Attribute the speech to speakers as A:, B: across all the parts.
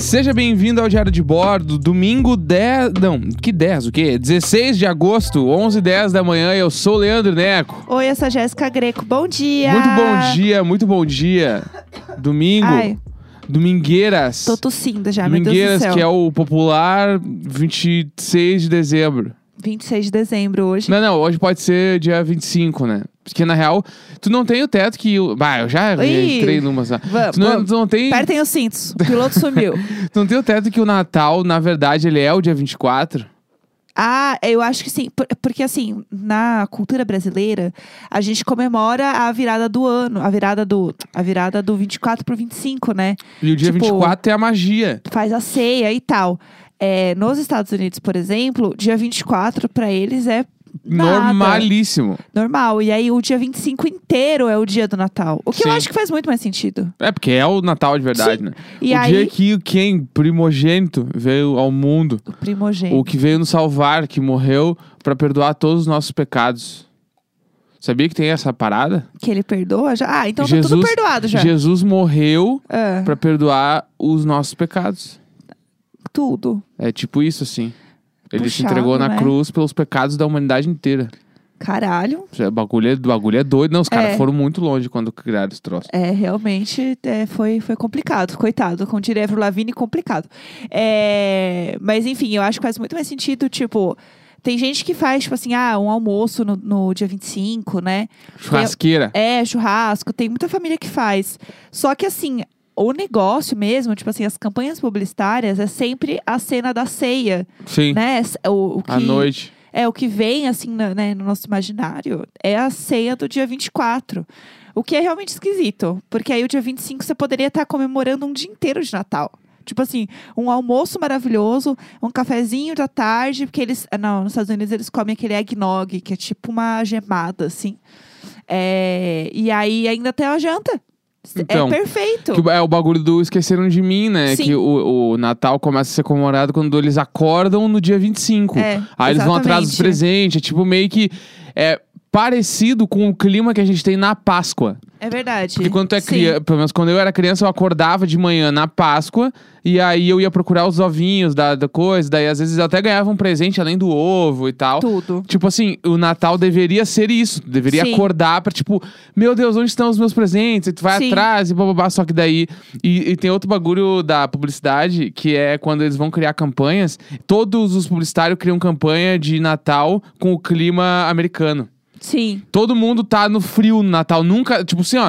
A: Seja bem-vindo ao Diário de Bordo, domingo 10. Não, que 10? O quê? 16 de agosto, 11 h 10 da manhã. Eu sou o Leandro Neco.
B: Oi, eu sou a Jéssica Greco. Bom dia.
A: Muito bom dia, muito bom dia. Domingo.
B: Ai.
A: Domingueiras.
B: Tô tossindo já, meu Deus do
A: Domingueiras,
B: céu.
A: que é o popular 26 de dezembro.
B: 26 de dezembro hoje.
A: Não, não, hoje pode ser dia 25, né? Porque na real, tu não tem o teto que. o- Bah, eu já
B: Ih,
A: entrei numa. sabe?
B: Vamos,
A: Tu não,
B: vamos.
A: tu não tem,
B: Apertem os cintos. O piloto sumiu.
A: tu não tem o teto que o Natal, na verdade, ele é o dia 24.
B: Ah, eu acho que sim. por- porque, assim, na cultura brasileira, a gente comemora a virada do ano. A virada do, a virada do 24 pro 25, né?
A: E o dia
B: Tipo-
A: 24 é a magia.
B: Faz a ceia e tal. É, nos Estados Unidos, por exemplo, dia 24 pra eles é nada.
A: Normalíssimo.
B: normal. E aí o dia 25 inteiro é o dia do Natal. O que
A: Sim.
B: eu acho que faz muito mais sentido.
A: É porque é o Natal de verdade, né?
B: E
A: o
B: aí,
A: dia que quem primogênito veio ao mundo,
B: o primogênito.
A: o que veio nos salvar, que morreu pra perdoar todos os nossos pecados. Sabia que tem essa parada?
B: Que ele perdoa já? Ah, então tá tudo
A: Jesus-
B: perdoado já.
A: Jesus morreu
B: Ah,
A: Pra perdoar os nossos pecados.
B: tudo.
A: É tipo isso, assim. Ele se
B: Puxado,
A: entregou na
B: né?
A: cruz pelos pecados da humanidade inteira.
B: Caralho.
A: Isso é- O bagulho é, o bagulho é doido. Não, os caras
B: É.
A: foram muito longe quando criaram esse troço.
B: É, realmente é, foi, foi complicado. Coitado, com direto pro Lavigne, complicado. É, mas enfim, eu acho que faz muito mais sentido, tipo... Tem gente que faz, tipo assim, ah, um almoço no, no dia 25, né?
A: Churrasqueira.
B: É, churrasco, tem muita família que faz. Só que assim, o negócio mesmo, tipo assim, as campanhas publicitárias é sempre a cena da ceia,
A: Sim.
B: né? O, o que,
A: À noite.
B: É, o que vem, assim, na- né, no nosso imaginário é a ceia do dia 24. O que é realmente esquisito, porque aí o dia 25 você poderia estar comemorando um dia inteiro de Natal. Tipo assim, um almoço maravilhoso, um cafezinho da tarde, porque eles. ah, Não, nos Estados Unidos eles comem aquele eggnog, que é tipo uma gemada, assim. É, e aí ainda tem a janta.
A: Então,
B: é perfeito.
A: Que é o bagulho do Esqueceram de Mim, né?
B: Sim.
A: Que o, o Natal começa a ser comemorado quando eles acordam no dia 25.
B: É,
A: Aí Ah, eles vão atrás dos
B: exatamente.
A: presentes. É tipo meio que... É parecido com o clima que a gente tem na Páscoa.
B: É verdade.
A: Porque quando tu é
B: Sim.
A: criança, pelo menos quando eu era criança, eu acordava de manhã na Páscoa e aí eu ia procurar os ovinhos da, da coisa, daí às vezes eu até ganhava um presente além do ovo e tal.
B: Tudo.
A: Tipo assim, o Natal deveria ser isso. Tu Deveria
B: Sim.
A: acordar pra, tipo, meu Deus, onde estão os meus presentes? E tu vai
B: Sim.
A: atrás e bababá. Só que daí. E, e tem outro bagulho da publicidade, que é quando eles vão criar campanhas. Todos os publicitários criam campanha de Natal com o clima americano.
B: Sim.
A: Todo mundo tá no frio no Natal. Nunca, tipo assim, ó.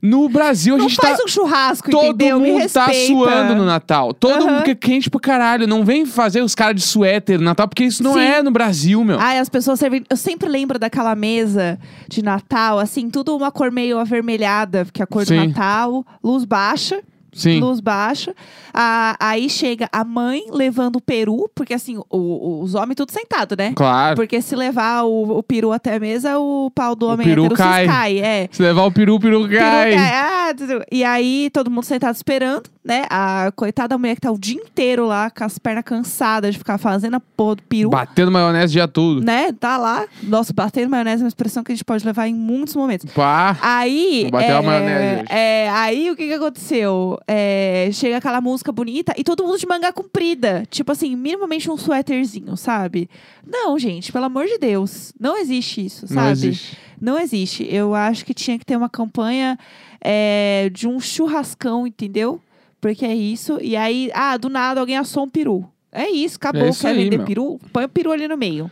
A: No Brasil a
B: Não
A: gente tá.
B: faz um churrasco,
A: Todo
B: entendeu? Me
A: mundo tá
B: respeita.
A: suando no Natal. Todo
B: Aham.
A: mundo fica quente pra caralho. Não vem fazer os caras de suéter no Natal, porque isso não
B: Sim.
A: é no Brasil, meu.
B: Ai, as pessoas servem. Eu sempre lembro daquela mesa de Natal, assim, tudo uma cor meio avermelhada, porque é a cor
A: Sim.
B: do Natal, luz baixa,
A: Sim.
B: luz baixa. Ah, aí chega a mãe levando o peru, porque assim, o- o- os homens tudo sentado, né?
A: Claro.
B: Porque se levar o, o peru até a mesa, o pau do homem
A: peru
B: hétero se
A: cai.
B: cai. É.
A: Se levar o peru, o peru cai.
B: Peru cai, ah, tudo. E aí, todo mundo sentado esperando, né? A coitada da mulher que tá o dia inteiro lá, com as pernas cansadas de ficar fazendo a porra do peru
A: Batendo maionese o dia todo.
B: né? Tá lá. Nossa, batendo maionese é uma expressão que a gente pode levar em muitos momentos.
A: Pá.
B: Aí.
A: Vou bater
B: é,
A: uma maionese hoje.
B: é, aí o que, que aconteceu? É, chega aquela música bonita e todo mundo de manga comprida. Tipo assim, minimamente um suéterzinho, sabe? Não, gente, pelo amor de Deus. Não existe isso, sabe?
A: Não existe.
B: Não existe. Eu acho que tinha que ter uma campanha é, de um churrascão, entendeu? Porque é isso. E aí, ah, do nada alguém assou um peru. É isso, acabou.
A: É isso
B: Quer
A: aí,
B: vender
A: meu.
B: peru? Põe o peru ali no meio.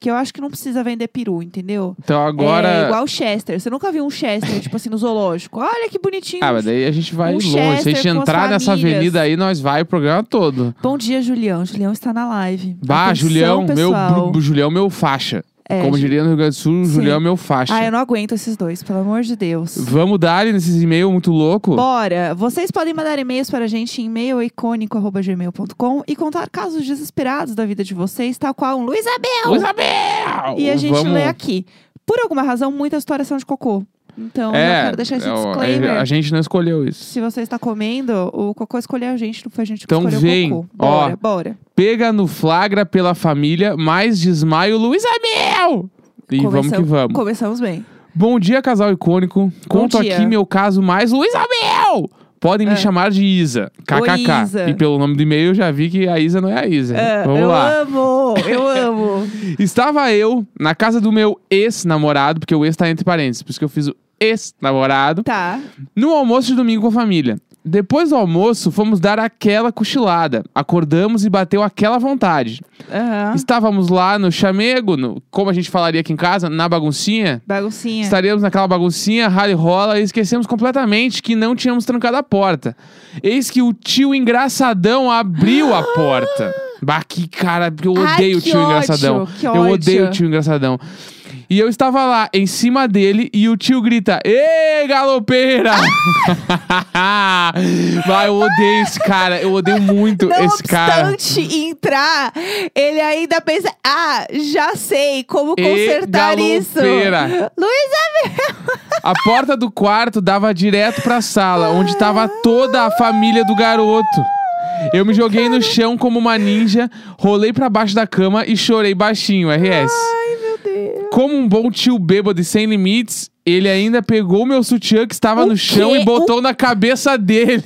B: Que eu acho que não precisa vender peru, entendeu?
A: Então agora.
B: É igual o Chester. Você nunca viu um Chester, tipo assim, no zoológico. Olha que bonitinho.
A: Ah, mas daí a gente vai
B: Um
A: longe. Se a
B: Chester
A: gente
B: com as
A: entrar nessa
B: famílias.
A: avenida aí, nós vai o programa todo.
B: Bom dia, Julião. Julião está na live.
A: Bah,
B: Atenção,
A: Julião, meu,
B: pessoal.
A: bru- Julião, meu faixa.
B: É,
A: Como
B: Ju-
A: diria no Rio Grande do Sul,
B: Sim.
A: Julião, meu faixa.
B: Ah, eu não aguento esses dois, pelo amor de Deus.
A: Vamos dar nesses e-mails muito louco?
B: Bora! Vocês podem mandar e-mails para a gente em e-mailicônico.gmail.com e contar casos desesperados da vida de vocês, tal qual um Luiz Abel!
A: Isabel!
B: E a gente
A: Vamos...
B: lê aqui. Por alguma razão, muitas histórias são de cocô. Então,
A: É,
B: eu quero deixar esse
A: é, ó,
B: disclaimer.
A: A gente não escolheu isso.
B: Se você está comendo, o cocô escolheu a gente, não foi a gente que
A: Então
B: escolheu
A: vem,
B: o cocô.
A: ó.
B: Bora, bora.
A: Pega no flagra pela família, mais desmaio Luiz Abel! E vamos que
B: Começamos-
A: vamos.
B: Começamos bem.
A: Bom dia, casal icônico. Conto
B: dia. Ah.
A: aqui meu caso mais Luiz Abel! Podem me chamar de Isa. KKK.
B: Oi, Isa.
A: E pelo nome do e-mail eu já vi que a Isa não é a Isa.
B: Ah,
A: Vamos
B: eu
A: lá.
B: amo, eu amo.
A: Estava eu na casa do meu ex-namorado, porque o ex tá entre parênteses, por isso que eu fiz o ex-namorado,
B: Tá.
A: no almoço de domingo com a família. Depois do almoço, fomos dar aquela cochilada. Acordamos e bateu aquela vontade.
B: Aham.
A: Estávamos lá no chamego, no- como a gente falaria aqui em casa, na baguncinha.
B: Baguncinha.
A: Estaríamos naquela baguncinha, rally rola, e esquecemos completamente que não tínhamos trancado a porta. Eis que o tio engraçadão abriu a porta. Bah, que cara, porque eu
B: Ai,
A: odeio o
B: que
A: tio
B: ódio,
A: engraçadão.
B: que
A: Eu odeio o
B: ódio.
A: tio engraçadão. E eu estava lá, em cima dele, e o tio grita: Ei, galopeira! bah, eu odeio esse cara, eu odeio muito
B: Não
A: esse cara.
B: obstante entrar, ele ainda pensa: ah, já sei como
A: E
B: consertar isso.
A: galopeira.
B: Luísa
A: A porta do quarto dava direto pra sala, onde tava toda a família do garoto. Eu me joguei no chão como uma ninja, rolei pra baixo da cama e chorei baixinho, RS.
B: Ai, meu Deus.
A: Como um bom tio bêbado e sem limites, ele ainda pegou meu sutiã que estava
B: O
A: no chão
B: quê? Um
A: e botou na cabeça dele.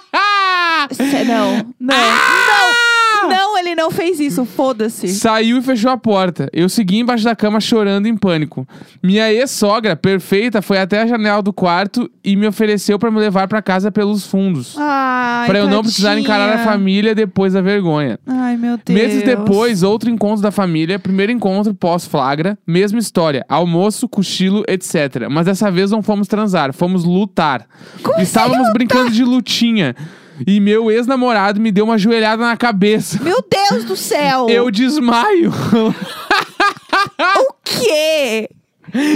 B: Cê- Não, não,
A: Ah!
B: não. Não, ele não fez isso, foda-se.
A: Saiu e fechou a porta. Eu segui embaixo da cama chorando em pânico. Minha ex-sogra, perfeita, foi até a janela do quarto e me ofereceu pra me levar pra casa pelos fundos.
B: Ai,
A: Pra eu não precisar
B: tadinha.
A: encarar a família depois da vergonha.
B: Ai, meu Deus.
A: Meses depois, outro encontro da família, primeiro encontro pós-flagra, mesma história, almoço, cochilo, etc. Mas dessa vez não fomos transar, fomos lutar. Estávamos brincando de lutinha. E meu ex-namorado me deu uma joelhada na cabeça.
B: Meu Deus do céu!
A: Eu Ah! desmaio.
B: O quê?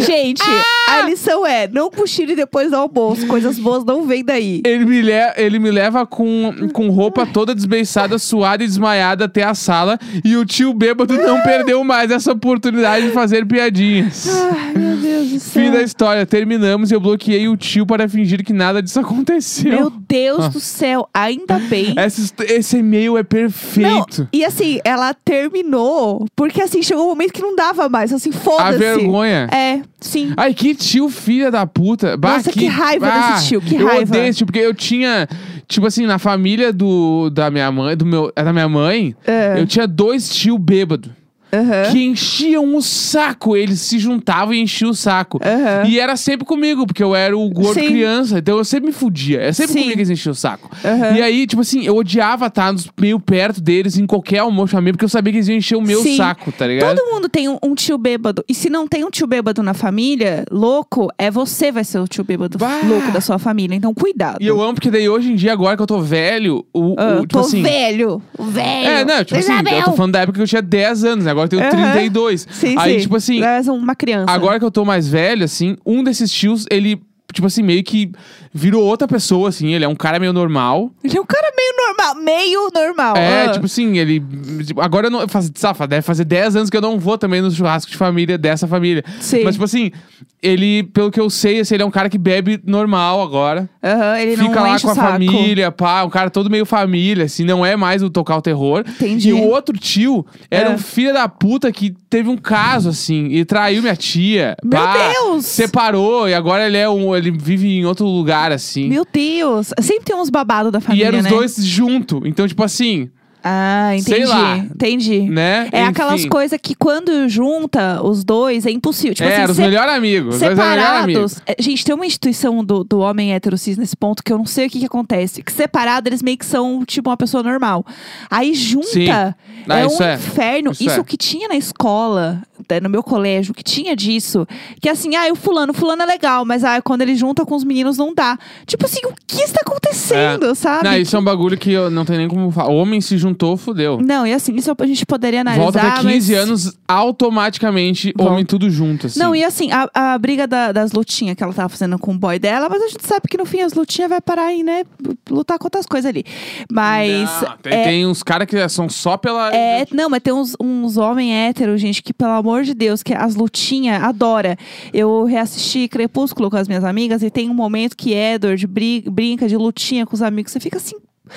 B: Gente,
A: Ah!
B: a lição é: não cochile depois do almoço. Coisas boas não vêm daí.
A: Ele me, le- ele me leva com, com roupa toda desbeiçada, suada e desmaiada até a sala. E o tio bêbado não perdeu mais essa oportunidade de fazer piadinhas.
B: Ai, meu Deus do céu.
A: Fim da história, terminamos e eu bloqueei o tio para fingir que nada disso
B: Meu
A: aconteceu. Ah.
B: Deus do céu, ainda bem.
A: Essa hist- esse e-mail é
B: Não,
A: perfeito.
B: e assim, ela terminou, porque assim, chegou um momento que não dava mais. Assim,
A: a
B: foda-se.
A: vergonha.
B: É, sim.
A: Ai, que tio filha da puta. Bah,
B: Nossa, que raiva
A: ah,
B: desse tio, que
A: eu
B: raiva.
A: odeio esse tio, porque eu tinha, tipo assim, na família do, da minha mãe, do meu, da minha mãe,
B: É.
A: eu tinha dois tio bêbado.
B: Aham.
A: que enchiam o saco. Eles se juntavam e enchiam o saco.
B: Aham.
A: E era sempre comigo, porque eu era o gordo
B: Sim.
A: criança. Então eu sempre me fudia. É sempre
B: Sim.
A: comigo que eles enchiam o saco.
B: Aham.
A: E aí, tipo assim, eu odiava estar nos- meio perto deles em qualquer almoço chamei, porque eu sabia que eles iam encher o meu
B: Sim.
A: saco, tá ligado?
B: Todo mundo tem um, um tio bêbado. E se não tem um tio bêbado na família, louco, é você vai ser o tio bêbado
A: Bah!
B: louco da sua família. Então, cuidado.
A: E eu amo, porque daí hoje em dia, agora que eu tô velho, o,
B: Ah,
A: o- tipo
B: tô
A: assim.
B: velho, velho.
A: É, não, tipo assim, eu tô falando da época que eu tinha 10 anos, né? agora eu tenho
B: Aham.
A: 32.
B: Sim,
A: aí,
B: sim.
A: tipo assim,
B: Mas uma criança.
A: Agora que eu tô mais velho, assim, um desses tios, ele, tipo assim, meio que virou outra pessoa, assim. Ele é um cara meio normal.
B: Ele é um cara meio normal, meio normal.
A: É,
B: ah.
A: tipo assim, ele. tipo, Agora eu não. Faz, sabe, deve fazer 10 anos que eu não vou também no churrasco de família dessa família.
B: Sim.
A: Mas, tipo assim, ele, pelo que eu sei, assim, ele é um cara que bebe normal agora.
B: Aham, ele
A: Fica
B: não
A: lá
B: enche
A: com
B: o
A: a
B: saco.
A: família, pá, um cara todo meio família, assim, não é mais o tocar o terror.
B: Entendi.
A: E o outro tio era
B: É.
A: um filho da puta que teve um caso, assim, e traiu minha tia.
B: Meu
A: pá,
B: Deus!
A: Separou, e agora ele é um. Ele vive em outro lugar, assim.
B: Meu Deus, sempre tem uns babados da
A: e
B: família,
A: eram os
B: né?
A: dois junto. Então, tipo assim,
B: Ah, entendi.
A: Sei lá.
B: Entendi.
A: né?
B: É
A: Enfim.
B: aquelas coisas que quando junta os dois é impossível. Tipo
A: é,
B: assim,
A: eram os
B: se-
A: melhores amigos. os dois eram melhores amigos.
B: separados. É, Gente, tem uma instituição do, do homem hétero cis nesse ponto que eu não sei o que, que acontece. Que separado, eles meio que são tipo uma pessoa normal. Aí junta,
A: Sim. Ah,
B: é
A: isso
B: um
A: é.
B: inferno.
A: Isso
B: Isso,
A: é.
B: que tinha na escola, tá, no meu colégio, que tinha disso. Que assim, ah, o fulano, o fulano é legal, mas ah, quando ele junta com os meninos não dá. Tipo assim, o que está acontecendo, sabe?
A: Não, isso é um bagulho que eu não tenho nem como falar. Homem se juntou, fudeu.
B: Não, e assim, isso a gente poderia analisar.
A: Volta pra 15
B: mas-
A: anos, automaticamente,
B: Volta.
A: homem tudo junto, assim.
B: Não, e assim, a, a briga da- das lutinhas que ela tava fazendo com o boy dela, mas a gente sabe que no fim as lutinhas vai parar em, né, lutar com outras coisas ali. Mas.
A: Não, tem, tem uns caras que são só pela.
B: É, não, mas tem uns, uns homens héteros, gente, que, pelo amor de Deus, que as lutinhas adora. Eu reassisti Crepúsculo com as minhas amigas e tem um momento que Edward bri- brinca de lutinha com os amigos. Você fica assim,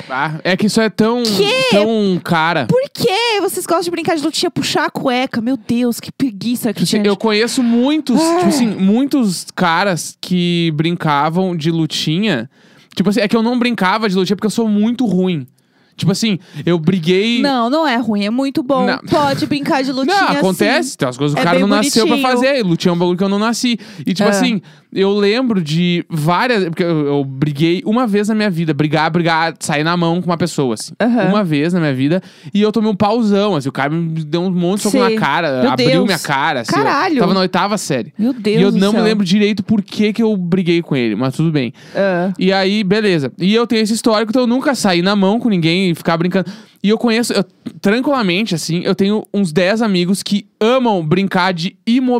A: Ah, é que isso é tão.
B: Quê?
A: Tão cara.
B: por que vocês gostam de brincar de lutinha, puxar a cueca? Meu Deus, que preguiça que
A: Tipo assim, eu conheço muitos, tipo assim, muitos caras que brincavam de lutinha Tipo assim, é que eu não brincava de lutinha porque eu sou muito ruim. Tipo assim, eu briguei.
B: Não, não é ruim, é muito bom.
A: Não.
B: Pode brincar de lutinha
A: Não, acontece,
B: sim.
A: tem umas coisas que
B: É
A: o cara
B: bem
A: não nasceu pra
B: bonitinho.
A: fazer. E lutinha é um bagulho que eu não nasci. E tipo
B: É.
A: assim, eu lembro de várias. Porque eu, eu briguei uma vez na minha vida. Brigar, brigar, sair na mão com uma pessoa, assim.
B: Aham.
A: Uma vez na minha vida. E eu tomei um pauzão, assim. O cara me deu um monte de soco
B: Sim.
A: na cara,
B: Meu
A: abriu
B: Deus.
A: minha cara, assim. eu
B: Caralho.
A: tava na oitava série.
B: Meu Deus
A: e eu
B: do
A: não
B: céu.
A: me lembro direito por que, que eu briguei com ele, mas tudo bem.
B: Ah,
A: E aí, beleza. E eu tenho esse histórico, então eu nunca saí na mão com ninguém e ficar brincando. E eu conheço, eu- tranquilamente, assim, eu tenho uns 10 amigos que amam brincar de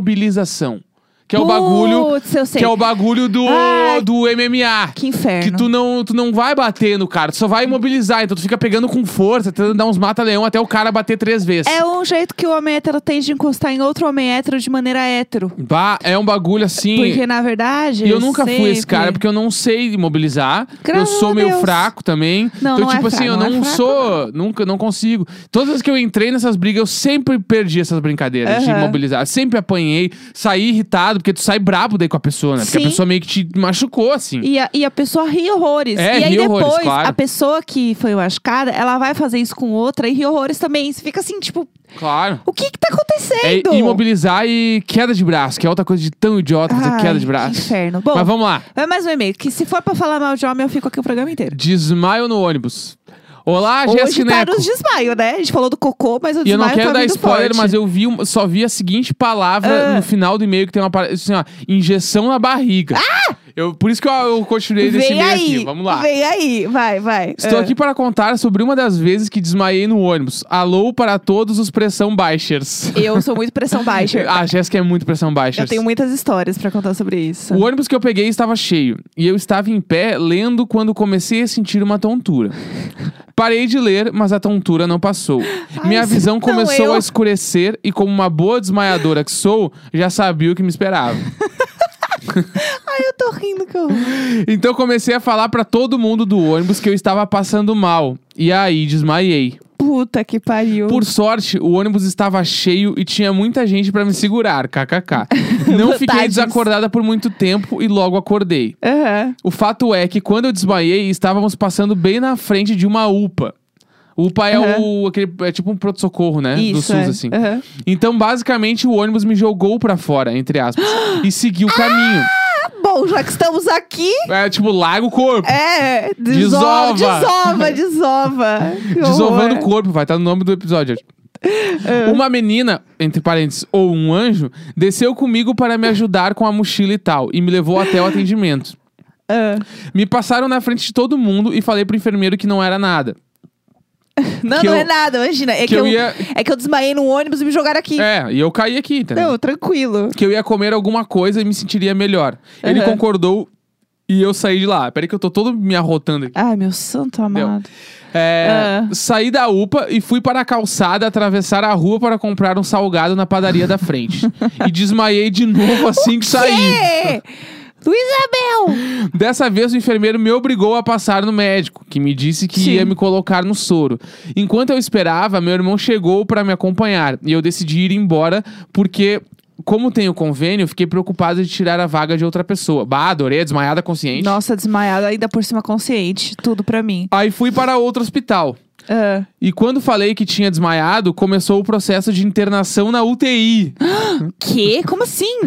A: imobilização. Que é o bagulho.
B: Putz, eu sei.
A: Que é o bagulho do,
B: Ai.
A: do MMA.
B: Que inferno.
A: Que tu não, tu não vai bater no cara, tu só vai imobilizar. Então tu fica pegando com força, tentando dar uns mata-leão até o cara bater três vezes.
B: É um jeito que o homem hétero tem de encostar em outro homem hétero de maneira hétero.
A: Bah, é um bagulho assim.
B: Porque, na verdade.
A: E eu nunca fui esse
B: sempre-
A: cara, porque eu não sei imobilizar. eu
B: Graças
A: sou
B: a
A: meio
B: Deus.
A: fraco também.
B: Não,
A: então,
B: não é
A: tipo assim,
B: fraco,
A: eu
B: não é
A: não,
B: fraco,
A: sou. Nunca, não consigo. Todas as que eu entrei nessas brigas, eu sempre perdi essas brincadeiras de
B: Aham.
A: imobilizar. Sempre apanhei, saí irritado, porque tu sai brabo daí com a pessoa, né? Porque
B: Sim.
A: a pessoa meio que te machucou, assim.
B: E a, e a pessoa ri horrores.
A: É,
B: e aí
A: ri
B: depois,
A: horrores, claro.
B: a pessoa que foi machucada, ela vai fazer isso com outra e ri horrores também. Você fica assim, tipo,
A: Claro.
B: o que que tá
A: É
B: acontecendo?
A: imobilizar e queda de braço, que é outra coisa de tão idiota fazer
B: Ai,
A: queda de
B: que
A: braço.
B: inferno. Bom,
A: Mas vamos lá.
B: É mais um e-mail, que se for pra falar mal de homem, eu fico aqui o programa inteiro.
A: Desmaio no ônibus. Olá,
B: Hoje
A: Jéssica
B: tá
A: Neco.
B: nos desmaio, né? A gente falou do cocô, mas o
A: E
B: desmaio
A: eu não quero
B: tá
A: dar
B: vindo
A: spoiler,
B: forte.
A: mas eu vi, um- só vi a seguinte palavra
B: Ah.
A: no final do e-mail que tem uma palavra assim, ó, injeção na barriga. Ah! Eu, por isso que eu, eu continuei desse
B: Vem
A: e-mail
B: aí,
A: aqui. Vamos lá.
B: Vem aí, vai, vai.
A: Estou
B: Ah.
A: aqui para contar sobre uma das vezes que desmaiei no ônibus. Alô para todos os pressão baixers.
B: Eu sou muito pressão baixa.
A: Ah, a Jéssica é muito pressão baixers.
B: eu tenho muitas histórias pra contar sobre isso.
A: O ônibus que eu peguei estava cheio e eu estava em pé lendo quando comecei a sentir uma tontura. Parei de ler, mas a tontura não passou.
B: Ai,
A: Minha
B: isso
A: visão
B: não,
A: começou
B: eu.
A: a escurecer e, como uma boa desmaiadora que sou, já sabia o que me esperava.
B: Ai, eu tô rindo que eu...
A: Então comecei a falar pra todo mundo do ônibus que eu estava passando mal. E aí desmaiei.
B: Puta que pariu.
A: Por sorte, o ônibus estava cheio e tinha muita gente pra me segurar, kkk. Não fiquei
B: Vantagens.
A: desacordada por muito tempo e logo acordei.
B: Aham.
A: O fato é que quando eu desmaiei, estávamos passando bem na frente de uma UPA. UPA é
B: Aham.
A: o aquele é tipo um pronto socorro, né, do
B: Isso,
A: SUS
B: é.
A: assim.
B: Aham.
A: Então, basicamente, o ônibus me jogou pra fora, entre aspas, e seguiu o caminho.
B: Tá Bom, já que estamos aqui,
A: É tipo larga o corpo.
B: é...
A: Desova.
B: Desova, desova. Que
A: Desovando o
B: horror.
A: corpo, vai estar no nome do episódio. Uma menina, entre parênteses, ou um anjo, desceu comigo para me ajudar com a mochila e tal, e me levou até o atendimento.
B: Ah.
A: Me passaram na frente de todo mundo e falei pro enfermeiro que não era nada.
B: Não,
A: Que
B: não
A: eu-
B: é nada, imagina. É que,
A: que eu
B: eu,
A: ia-
B: é que eu desmaiei no ônibus e me jogaram aqui.
A: É, e eu caí aqui, entendeu?
B: Não, tranquilo.
A: que eu ia comer alguma coisa e me sentiria melhor. Ele
B: Aham.
A: concordou e eu saí de lá. Peraí que eu tô todo me arrotando aqui.
B: Ai, meu santo amado.
A: É,
B: Ah.
A: Saí da UPA e fui para a calçada atravessar a rua para comprar um salgado na padaria da frente. e desmaiei de novo assim que saí.
B: Ê! Luísa
A: Dessa vez o enfermeiro me obrigou a passar no médico, que me disse que
B: Sim.
A: ia me colocar no soro. Enquanto eu esperava, meu irmão chegou para me acompanhar e eu decidi ir embora porque como tenho convênio, fiquei preocupado de tirar a vaga de outra pessoa. Bah, adorei, desmaiada consciente.
B: Bel! Nossa, desmaiada, ainda por cima consciente. Tudo pra mim.
A: Aí fui para outro hospital.
B: Ah.
A: E quando falei que tinha desmaiado, começou o processo de internação na UTI.
B: Que? Como assim?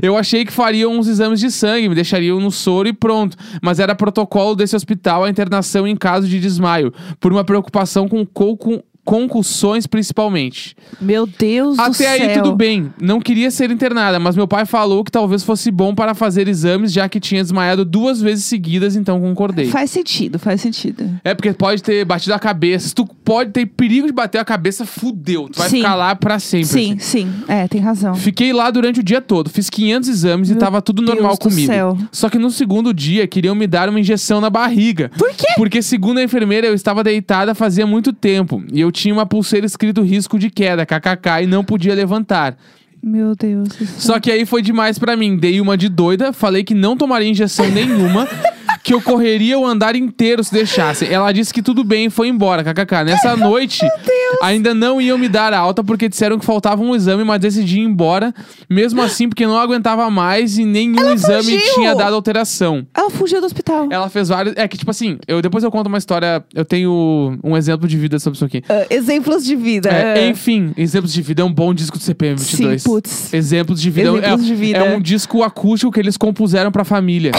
A: Eu achei que fariam uns exames de sangue, me deixariam no soro e pronto. Mas era protocolo desse hospital a internação em caso de desmaio, por uma preocupação com coco- concussões principalmente.
B: Meu Deus do
A: Até
B: céu.
A: aí tudo bem, não queria ser internada, mas meu pai falou que talvez fosse bom para fazer exames, já que tinha desmaiado duas vezes seguidas, então concordei.
B: Faz sentido, faz sentido.
A: É porque pode ter batido a cabeça, se tu pode ter perigo de bater a cabeça, fudeu, tu vai
B: Sim.
A: ficar lá pra sempre.
B: Sim, sim. É, tem razão.
A: Fiquei lá durante o dia todo, fiz 500 exames e tava tudo
B: Deus
A: normal
B: do
A: comigo.
B: céu.
A: Só que no segundo dia queriam me dar uma injeção na barriga.
B: Por quê?
A: Porque, segundo a enfermeira, eu estava deitada fazia muito tempo e eu tinha uma pulseira escrito risco de queda, kkk, e não podia levantar.
B: Meu Deus do céu.
A: Só que aí foi demais pra mim. Dei uma de doida, falei que não tomaria injeção nenhuma. Que eu correria o andar inteiro se deixasse. Ela disse que tudo bem e foi embora, kkk. Nessa noite,
B: Deus.
A: Ainda não iam me dar alta porque disseram que faltava um exame, mas decidi ir embora. Mesmo assim, porque não aguentava mais e nenhum exame
B: fugiu!
A: tinha dado alteração.
B: Ela fugiu do hospital.
A: Ela fez vários. É que, tipo assim, eu depois eu conto uma história. Eu tenho um exemplo de vida sobre isso aqui.
B: Ah, exemplos de vida. Ah.
A: É, enfim, exemplos de vida é um bom disco do CPM 22.
B: Sim, putz.
A: Exemplos de vida, é-
B: Exemplos
A: é,
B: de vida.
A: é um disco acústico que eles compuseram pra família.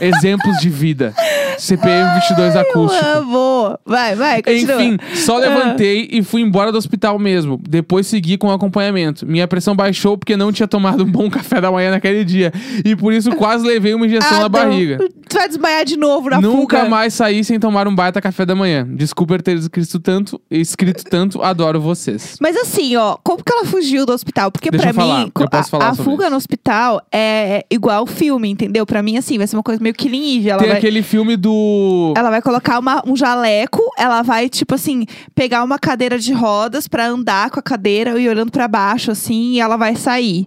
A: exemplos de vida. CPM 22
B: Eu
A: acústico.
B: amo. Vai, vai, continua. Ah.
A: Enfim, só levantei e fui embora do hospital mesmo. Depois segui com acompanhamento. Minha pressão baixou porque não tinha tomado um bom café da manhã naquele dia. E por isso quase levei uma injeção
B: Ah,
A: na
B: não.
A: barriga.
B: Tu vai desmaiar de novo na
A: Nunca
B: fuga.
A: mais saí sem tomar um baita café da manhã. Desculpa ter escrito tanto, escrito tanto, adoro vocês.
B: Mas assim, ó, como que ela fugiu do hospital? Porque
A: Deixa
B: pra
A: eu falar,
B: mim,
A: eu posso
B: a-
A: falar
B: a,
A: sobre
B: fuga
A: isso.
B: no hospital é igual filme, entendeu? Pra mim, assim, vai ser uma coisa meio que Eve. Ela
A: Tem
B: vai...
A: aquele filme do.
B: Ela vai colocar uma- um jaleco, ela vai, tipo assim, pegar uma cadeira de rodas pra andar com a cadeira e olhando pra baixo, assim, e ela vai sair.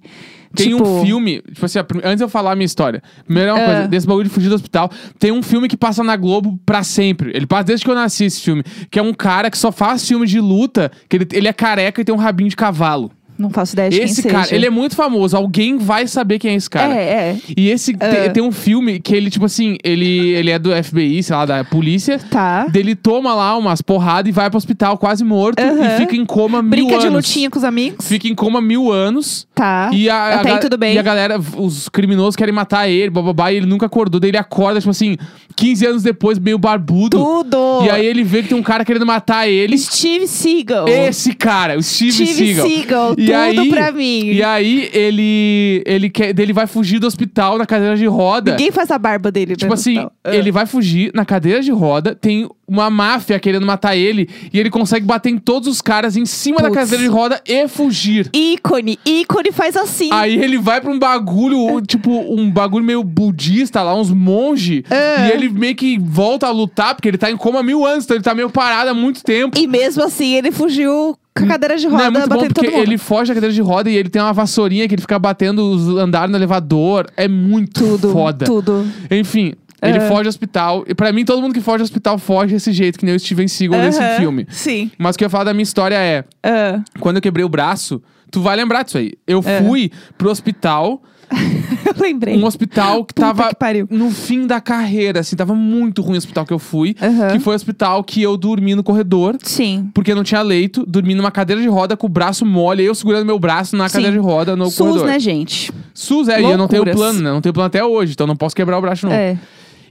A: Tem
B: Tipo,
A: um filme. Tipo assim, a prim- antes de eu falar a minha história. Primeira
B: Ah.
A: coisa, desse bagulho de fugir do hospital. Tem um filme que passa na Globo pra sempre. Ele passa desde que eu nasci esse filme. Que é um cara que só faz filme de luta, que ele, ele é careca e tem um rabinho de cavalo.
B: Não faço ideia de
A: esse
B: quem
A: cara,
B: seja.
A: ele é muito famoso. Alguém vai saber quem é esse cara.
B: É, é.
A: E esse te- tem, um filme que ele, tipo assim, ele, ele é do FBI, sei lá, da polícia.
B: Tá.
A: Ele toma lá umas porradas e vai pro hospital quase morto e
B: Aham.
A: fica em coma mil
B: Brinca
A: anos.
B: de lutinha com os amigos.
A: Fica em coma mil anos.
B: Tá.
A: E a, a
B: Até aí
A: ga-
B: tudo bem.
A: E a galera, os criminosos querem matar ele, bababá, e ele nunca acordou. Daí ele acorda, tipo assim, 15 anos depois, meio barbudo.
B: Tudo!
A: E aí ele vê que tem um cara querendo matar ele.
B: Steve Seagal.
A: Esse cara, o É, Steve,
B: Steve
A: Seagal.
B: Seagal,
A: E
B: tudo
A: aí,
B: pra mim.
A: E aí ele, ele, quer, daí ele vai fugir do hospital na cadeira de roda.
B: Ninguém faz a barba dele, né,
A: Tipo
B: no
A: assim,
B: hospital. Ah.
A: ele vai fugir na cadeira de roda, tem uma máfia querendo matar ele, e ele consegue bater em todos os caras em cima da
B: Putz.
A: cadeira de roda e fugir.
B: Ícone, ícone faz assim.
A: Aí ele vai pra um
B: É.
A: bagulho, tipo, um bagulho meio budista lá, uns monge.
B: É.
A: E ele meio que volta a lutar, porque ele tá em coma há mil anos, então ele tá meio parado há muito tempo.
B: E mesmo assim, ele fugiu com a cadeira de
A: Não,
B: roda
A: é muito bom
B: batendo
A: porque
B: todo mundo.
A: ele foge da cadeira de roda e ele tem uma vassourinha que ele fica batendo os andares no elevador. É muito
B: Tudo,
A: foda.
B: tudo. É.
A: Enfim, ele foge do hospital. E pra mim, todo mundo que foge do hospital foge desse jeito, que nem o Steven Seagal nesse
B: Aham,
A: filme.
B: Sim.
A: Mas o que eu ia falar da minha história é:
B: Ah.
A: quando eu quebrei o braço, tu vai lembrar disso aí. Eu
B: É.
A: fui pro hospital.
B: eu lembrei.
A: Um hospital que
B: Puta
A: tava
B: que pariu.
A: no fim da carreira, assim, tava muito ruim o hospital que eu fui.
B: Aham.
A: Que foi o hospital que eu dormi no corredor,
B: Sim.
A: porque não tinha leito, dormi numa cadeira de roda com o braço mole, eu segurando meu braço na
B: Sim.
A: cadeira de roda no
B: SUS,
A: corredor.
B: né, gente?
A: SUS, é, e eu não tenho
B: Loucuras.
A: plano, né? Não tenho plano até hoje, então não posso quebrar o braço não.
B: É.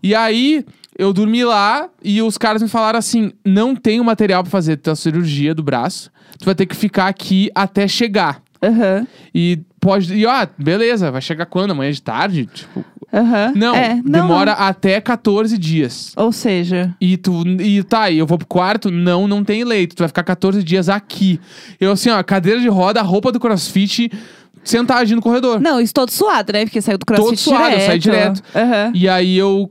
A: E aí, eu dormi lá e os caras me falaram assim: não tem o material pra fazer tua cirurgia do braço, tu vai ter que ficar aqui até chegar.
B: Aham.
A: E pode. E ó, beleza, vai chegar quando? Amanhã de tarde? Tipo,
B: Aham.
A: não,
B: É,
A: demora até 14 dias.
B: Ou seja.
A: E tu, e tá, e eu vou pro quarto? Não, não tem leito. Tu vai ficar 14 dias aqui. Eu assim, ó, cadeira de roda, roupa do crossfit, sentadinho no corredor.
B: Não, isso todo suado, né? Porque saiu do crossfit
A: Todo suado, eu
B: direto.
A: saí direto.
B: Aham.
A: E aí eu,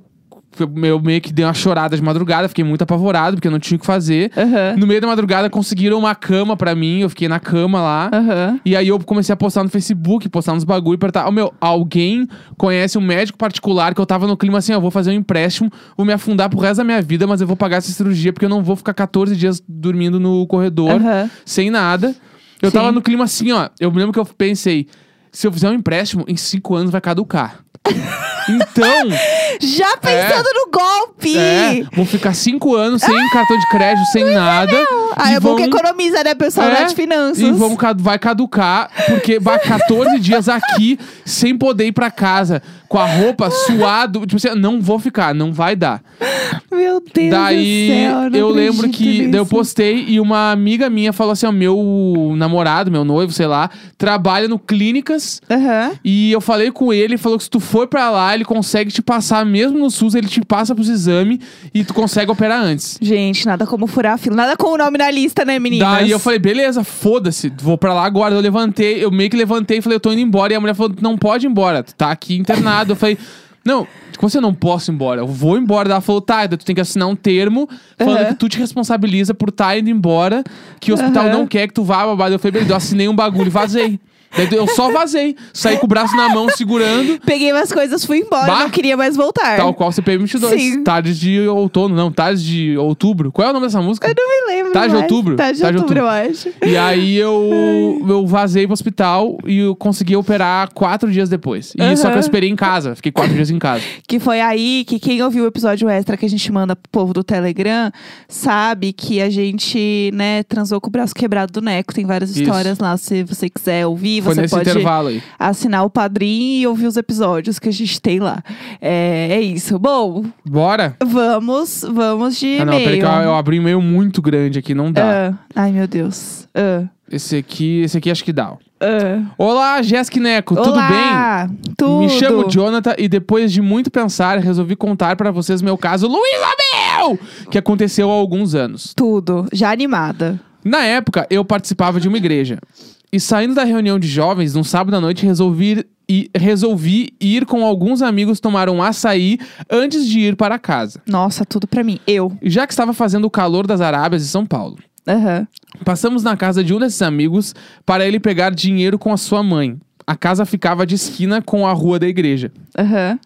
A: eu meio que dei uma chorada de madrugada, fiquei muito apavorado, porque eu não tinha o que fazer.
B: Aham.
A: No meio da madrugada conseguiram uma cama pra mim, eu fiquei na cama lá.
B: Aham.
A: E aí eu comecei a postar no Facebook, postar nos bagulho, perguntar, oh, meu, alguém conhece um médico particular que eu tava no clima assim, ó, vou fazer um empréstimo, vou me afundar pro resto da minha vida, mas eu vou pagar essa cirurgia porque eu não vou ficar 14 dias dormindo no corredor,
B: Aham.
A: sem nada. Eu tava
B: Sim.
A: no clima assim, ó, eu me lembro que eu pensei, se eu fizer um empréstimo, em 5 anos vai caducar. então,
B: Já pensando no golpe!
A: é, vou ficar 5 anos sem cartão de crédito, sem nada.
B: Ah,
A: e um
B: é bom
A: vão...
B: que economiza, né, pessoal?
A: É,
B: né, de finanças.
A: E vão, cadu- vai caducar, porque vai 14 dias aqui sem poder ir pra casa, com a roupa suado. Tipo assim, não vou ficar, não vai dar.
B: Meu Deus
A: Daí
B: do céu. não
A: eu lembro
B: acredito
A: que daí eu
B: nisso.
A: postei e uma amiga minha falou assim: ó, meu namorado, meu noivo, sei lá, trabalha no Clínicas.
B: Aham.
A: E eu falei com ele, ele falou que se tu for pra lá, ele consegue te passar, mesmo no SUS, ele te passa pros exames e tu consegue operar antes.
B: Gente, nada como furar a fila. Nada como o nome na lista, né, meninas?
A: Daí eu falei, beleza, foda-se, vou pra lá agora. Eu levantei, eu meio que levantei e falei, eu tô indo embora. E a mulher falou, não pode ir embora, tu tá aqui internado. Eu falei, não, como assim eu não posso ir embora? Eu vou embora. Ela falou, tá, daí tu tem que assinar um termo falando
B: Aham.
A: que tu te responsabiliza por tá indo embora, que o hospital
B: Aham.
A: não quer que tu vá, babado. Eu falei, beleza, eu assinei um bagulho e vazei. Daí Eu só vazei. Saí com o braço na mão segurando.
B: Peguei minhas coisas, fui embora,
A: Bah!
B: não queria mais voltar.
A: Tal qual CPM 22.
B: Sim.
A: Tarde de outono, não, tarde de outubro. Qual é o nome dessa música?
B: Eu não me lembro.
A: Tá de
B: mais.
A: outubro?
B: Tá de
A: Tá de
B: outubro, eu acho.
A: E aí eu, eu vazei pro hospital e eu consegui operar quatro dias depois. E só que eu
B: Aham.
A: esperei em casa, fiquei quatro dias em casa.
B: Que foi aí que quem ouviu o episódio extra que a gente manda pro povo do Telegram sabe que a gente, né, transou com o braço quebrado do Neco. Tem várias
A: Isso.
B: histórias lá. Se você quiser ouvir,
A: Foi
B: você
A: nesse
B: pode
A: intervalo aí.
B: assinar o padrinho e ouvir os episódios que a gente tem lá. É, é isso. Bom,
A: Bora?
B: vamos, vamos de
A: Ah, não, peraí
B: e-mail.
A: que eu, tá. eu abri um e-mail muito grande aqui, não dá.
B: Ah, ai, meu Deus. Ah,
A: Esse aqui, esse aqui acho que dá.
B: ah.
A: Olá, Jéssica e Neco, tudo bem?
B: Olá, Tudo.
A: Me chamo Jonathan e depois de muito pensar, resolvi contar pra vocês meu caso Luiz Abel, que aconteceu há alguns anos.
B: Tudo. Já animada.
A: Na época, eu participava de uma igreja. E saindo da reunião de jovens, num sábado à noite, resolvi ir, e resolvi ir com alguns amigos tomar um açaí antes de ir para casa.
B: Nossa, tudo pra mim. Eu.
A: Já que estava fazendo o calor das Arábias e São Paulo.
B: Aham.
A: Passamos na casa de um desses amigos para ele pegar dinheiro com a sua mãe. A casa ficava de esquina com a rua da igreja.
B: Aham.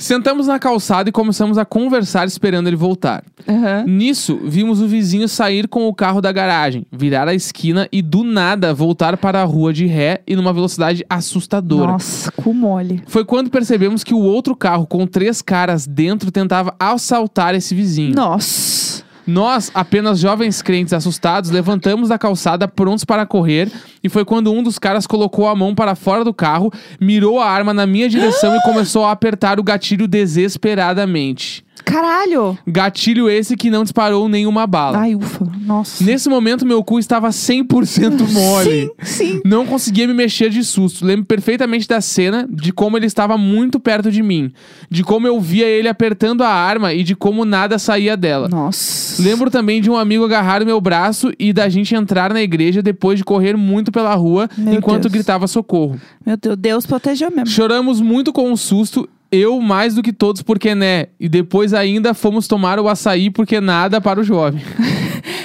A: Sentamos na calçada e começamos a conversar esperando ele voltar.
B: Aham.
A: Nisso, vimos o vizinho sair com o carro da garagem, virar a esquina e do nada voltar para a rua de ré e numa velocidade assustadora.
B: Nossa, cu mole.
A: Foi quando percebemos que o outro carro com três caras dentro tentava assaltar esse vizinho.
B: Nossa.
A: Nós, apenas jovens crentes assustados, levantamos da calçada prontos para correr e foi quando um dos caras colocou a mão para fora do carro, mirou a arma na minha direção e começou a apertar o gatilho desesperadamente.
B: Caralho.
A: Gatilho esse que não disparou nenhuma bala.
B: Ai, ufa. Nossa.
A: Nesse momento, meu cu estava 100% mole.
B: Sim, sim.
A: Não conseguia me mexer de susto. Lembro perfeitamente da cena, de como ele estava muito perto de mim, de como eu via ele apertando a arma e de como nada saía dela.
B: Nossa.
A: Lembro também de um amigo agarrar meu braço e da gente entrar na igreja depois de correr muito pela rua
B: Meu
A: enquanto
B: Deus.
A: gritava socorro.
B: Meu Deus, Deus protegeu mesmo.
A: Choramos muito com o susto, eu mais do que todos porque né, e depois ainda fomos tomar o açaí porque nada para o jovem.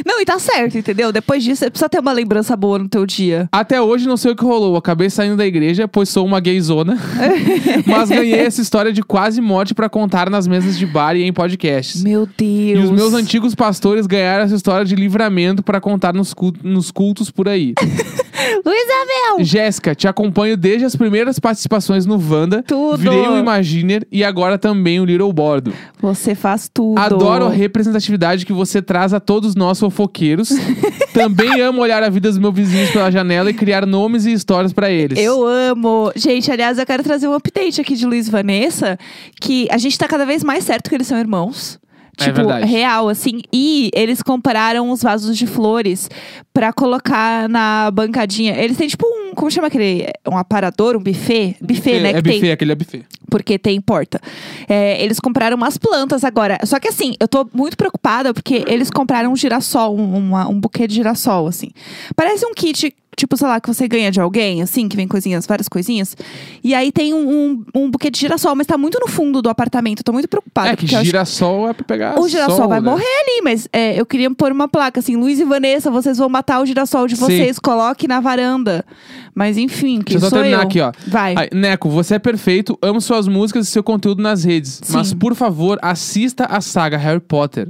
B: Não, e tá certo, entendeu? Depois disso, você precisa ter uma lembrança boa no teu dia.
A: Até hoje não sei o que rolou. Acabei saindo da igreja, pois sou uma gayzona. Mas ganhei essa história de quase morte pra contar nas mesas de bar e em podcasts.
B: Meu
A: E
B: Deus.
A: os meus antigos pastores ganharam essa história de livramento pra contar nos, cu- nos cultos por aí.
B: Luísa,
A: Jéssica, te acompanho desde as primeiras participações no Wanda.
B: Tudo.
A: Virei o Imaginer e agora também o Little Bordo.
B: você faz tudo.
A: Adoro a representatividade que você traz a todos nós fofoqueiros. também amo olhar a vida dos meus vizinhos pela janela e criar nomes e histórias pra eles.
B: Eu amo. Gente, aliás, eu quero trazer um update aqui de Luiz e Vanessa, que a gente tá cada vez mais certo que eles são irmãos.
A: É
B: Tipo,
A: verdade.
B: real, assim. E eles compraram os vasos de flores pra colocar na bancadinha. Eles têm, tipo, um. Como chama aquele? Um aparador, um buffet? Buffet, né?
A: É
B: que
A: buffet,
B: tem
A: aquele é buffet.
B: porque tem porta. É, eles compraram umas plantas agora. Só que assim, eu tô muito preocupada porque eles compraram um girassol, um, uma- um buquê de girassol, assim. Parece um kit, tipo, sei lá, que você ganha de alguém, assim, que vem coisinhas, várias coisinhas. E aí tem um, um, um buquê de girassol, mas tá muito no fundo do apartamento. Eu tô muito preocupada.
A: É que
B: Ah, porque eu acho
A: girassol é pra pegar
B: o girassol
A: sol,
B: vai
A: né?
B: morrer ali, mas é, eu queria pôr uma placa assim: Luiz e Vanessa, vocês vão matar o girassol de
A: Sim.
B: vocês, coloque na varanda. Mas enfim, que
A: Deixa eu só
B: sou
A: terminar
B: eu.
A: aqui, ó.
B: Vai.
A: Ai, Neco, você é perfeito, amo suas músicas e seu conteúdo nas redes.
B: Sim.
A: Mas, por favor, assista a saga Harry Potter.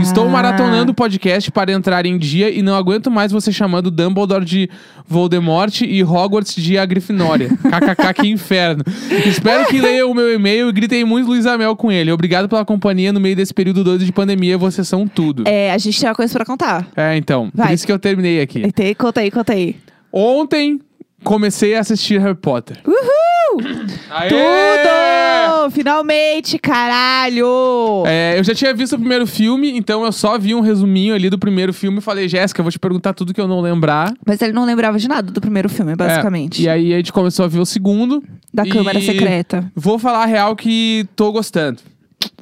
A: Estou
B: Ah.
A: maratonando o podcast para entrar em dia e não aguento mais você chamando Dumbledore de Voldemort e Hogwarts de Agrifinória. KKK, que inferno. Espero que leiam o meu e-mail e gritem muito Luiz Amel com ele. Obrigado pela companhia no meio desse período doido de pandemia. Vocês são tudo.
B: É, a gente tem uma coisa pra contar.
A: É, então. Por
B: Vai.
A: isso que eu terminei aqui.
B: Tem, conta aí, conta aí.
A: Ontem comecei a assistir Harry Potter.
B: Uhul!
A: Aê!
B: Tudo! Finalmente, caralho!
A: É, eu já tinha visto o primeiro filme, então eu só vi um resuminho ali do primeiro filme e falei, Jéssica, eu vou te perguntar tudo que eu não lembrar.
B: Mas ele não lembrava de nada do primeiro filme, basicamente.
A: É, e aí a gente começou a ver o segundo.
B: da
A: e-
B: Câmara Secreta.
A: Vou falar a real que tô gostando.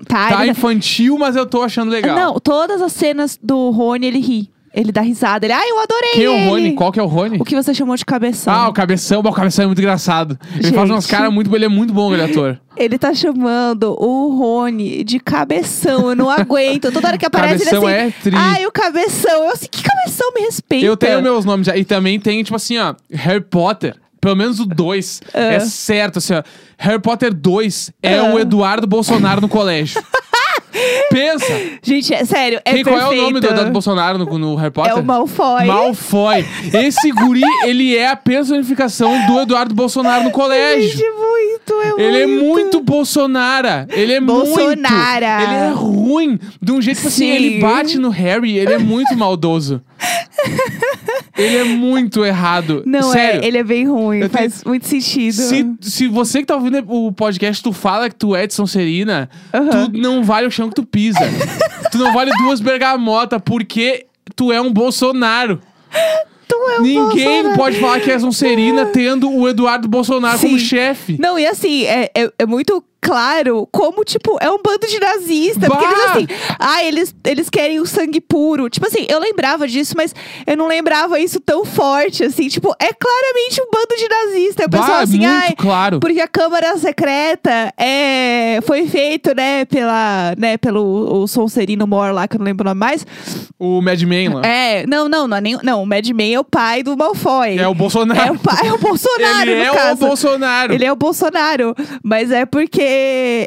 B: Tá,
A: Tá
B: ele-
A: infantil, mas eu tô achando legal.
B: Não, todas as cenas do Rony, ele ri. Ele dá risada. Ele, ai, eu adorei
A: Quem é o
B: ele."
A: Rony? Qual que é o Rony?
B: O que você chamou de cabeção.
A: Ah, o Cabeção. Bom, o Cabeção é muito engraçado. Ele
B: Gente.
A: faz umas caras muito... Ele é muito bom, aquele ator.
B: Ele tá chamando o Rony de cabeção. Eu não aguento. Toda hora que aparece
A: Cabeção
B: ele
A: é
B: assim.
A: tri.
B: Ai, o cabeção. Eu assim, que cabeção me respeita?
A: Eu tenho meus nomes já. E também tem, tipo assim, ó, Harry Potter. Pelo menos o 2. É certo, assim, ó. Harry Potter 2 é
B: Ah.
A: o Eduardo Bolsonaro no colégio. Pensa!
B: Gente, é sério, é
A: Quem- qual é o nome do
B: perfeito.
A: Eduardo Bolsonaro no, no Harry Potter?
B: É o Malfoy.
A: Malfoy. Esse guri, ele é a personificação do Eduardo Bolsonaro no colégio.
B: Gente, é muito, é
A: Ele é
B: muito.
A: muito Bolsonara. Ele é muito. Ele
B: Bolsonara.
A: é ruim. De um jeito que assim,
B: Sim.
A: ele bate no Harry, ele é muito maldoso. ele é muito errado.
B: Não,
A: Sério.
B: é, ele é bem ruim,
A: Eu
B: faz muito sentido.
A: Se, se você que tá ouvindo o podcast, tu fala que tu é de Sonserina,
B: Aham.
A: tu não vale o chão que tu pisa. tu não vale duas bergamotas, porque tu é um Bolsonaro.
B: Tu é um
A: Ninguém
B: Bolsonaro.
A: pode falar que é Sonserina tendo o Eduardo Bolsonaro como
B: Sim.
A: chefe.
B: Não, e assim, é, é, é muito claro como, tipo, é um bando de nazista. Porque
A: Bah!
B: eles, assim, ah, eles, eles querem o sangue puro. Tipo assim, eu lembrava disso, mas eu não lembrava isso tão forte, assim. Tipo, é claramente um bando de nazista. O
A: Bah,
B: pessoal,
A: é
B: assim,
A: muito
B: ai,
A: claro.
B: Porque a Câmara Secreta é, foi feito, né, pela, né, pelo o Sonserino Mor lá, que eu não lembro o nome mais.
A: O Mad Men lá.
B: É, não, não, não é nem. Não, o Madman é o pai do Malfoy.
A: É o Bolsonaro.
B: É o, pai, é o Bolsonaro,
A: ele
B: no
A: é o
B: caso.
A: Bolsonaro.
B: Ele é o Bolsonaro. Mas é porque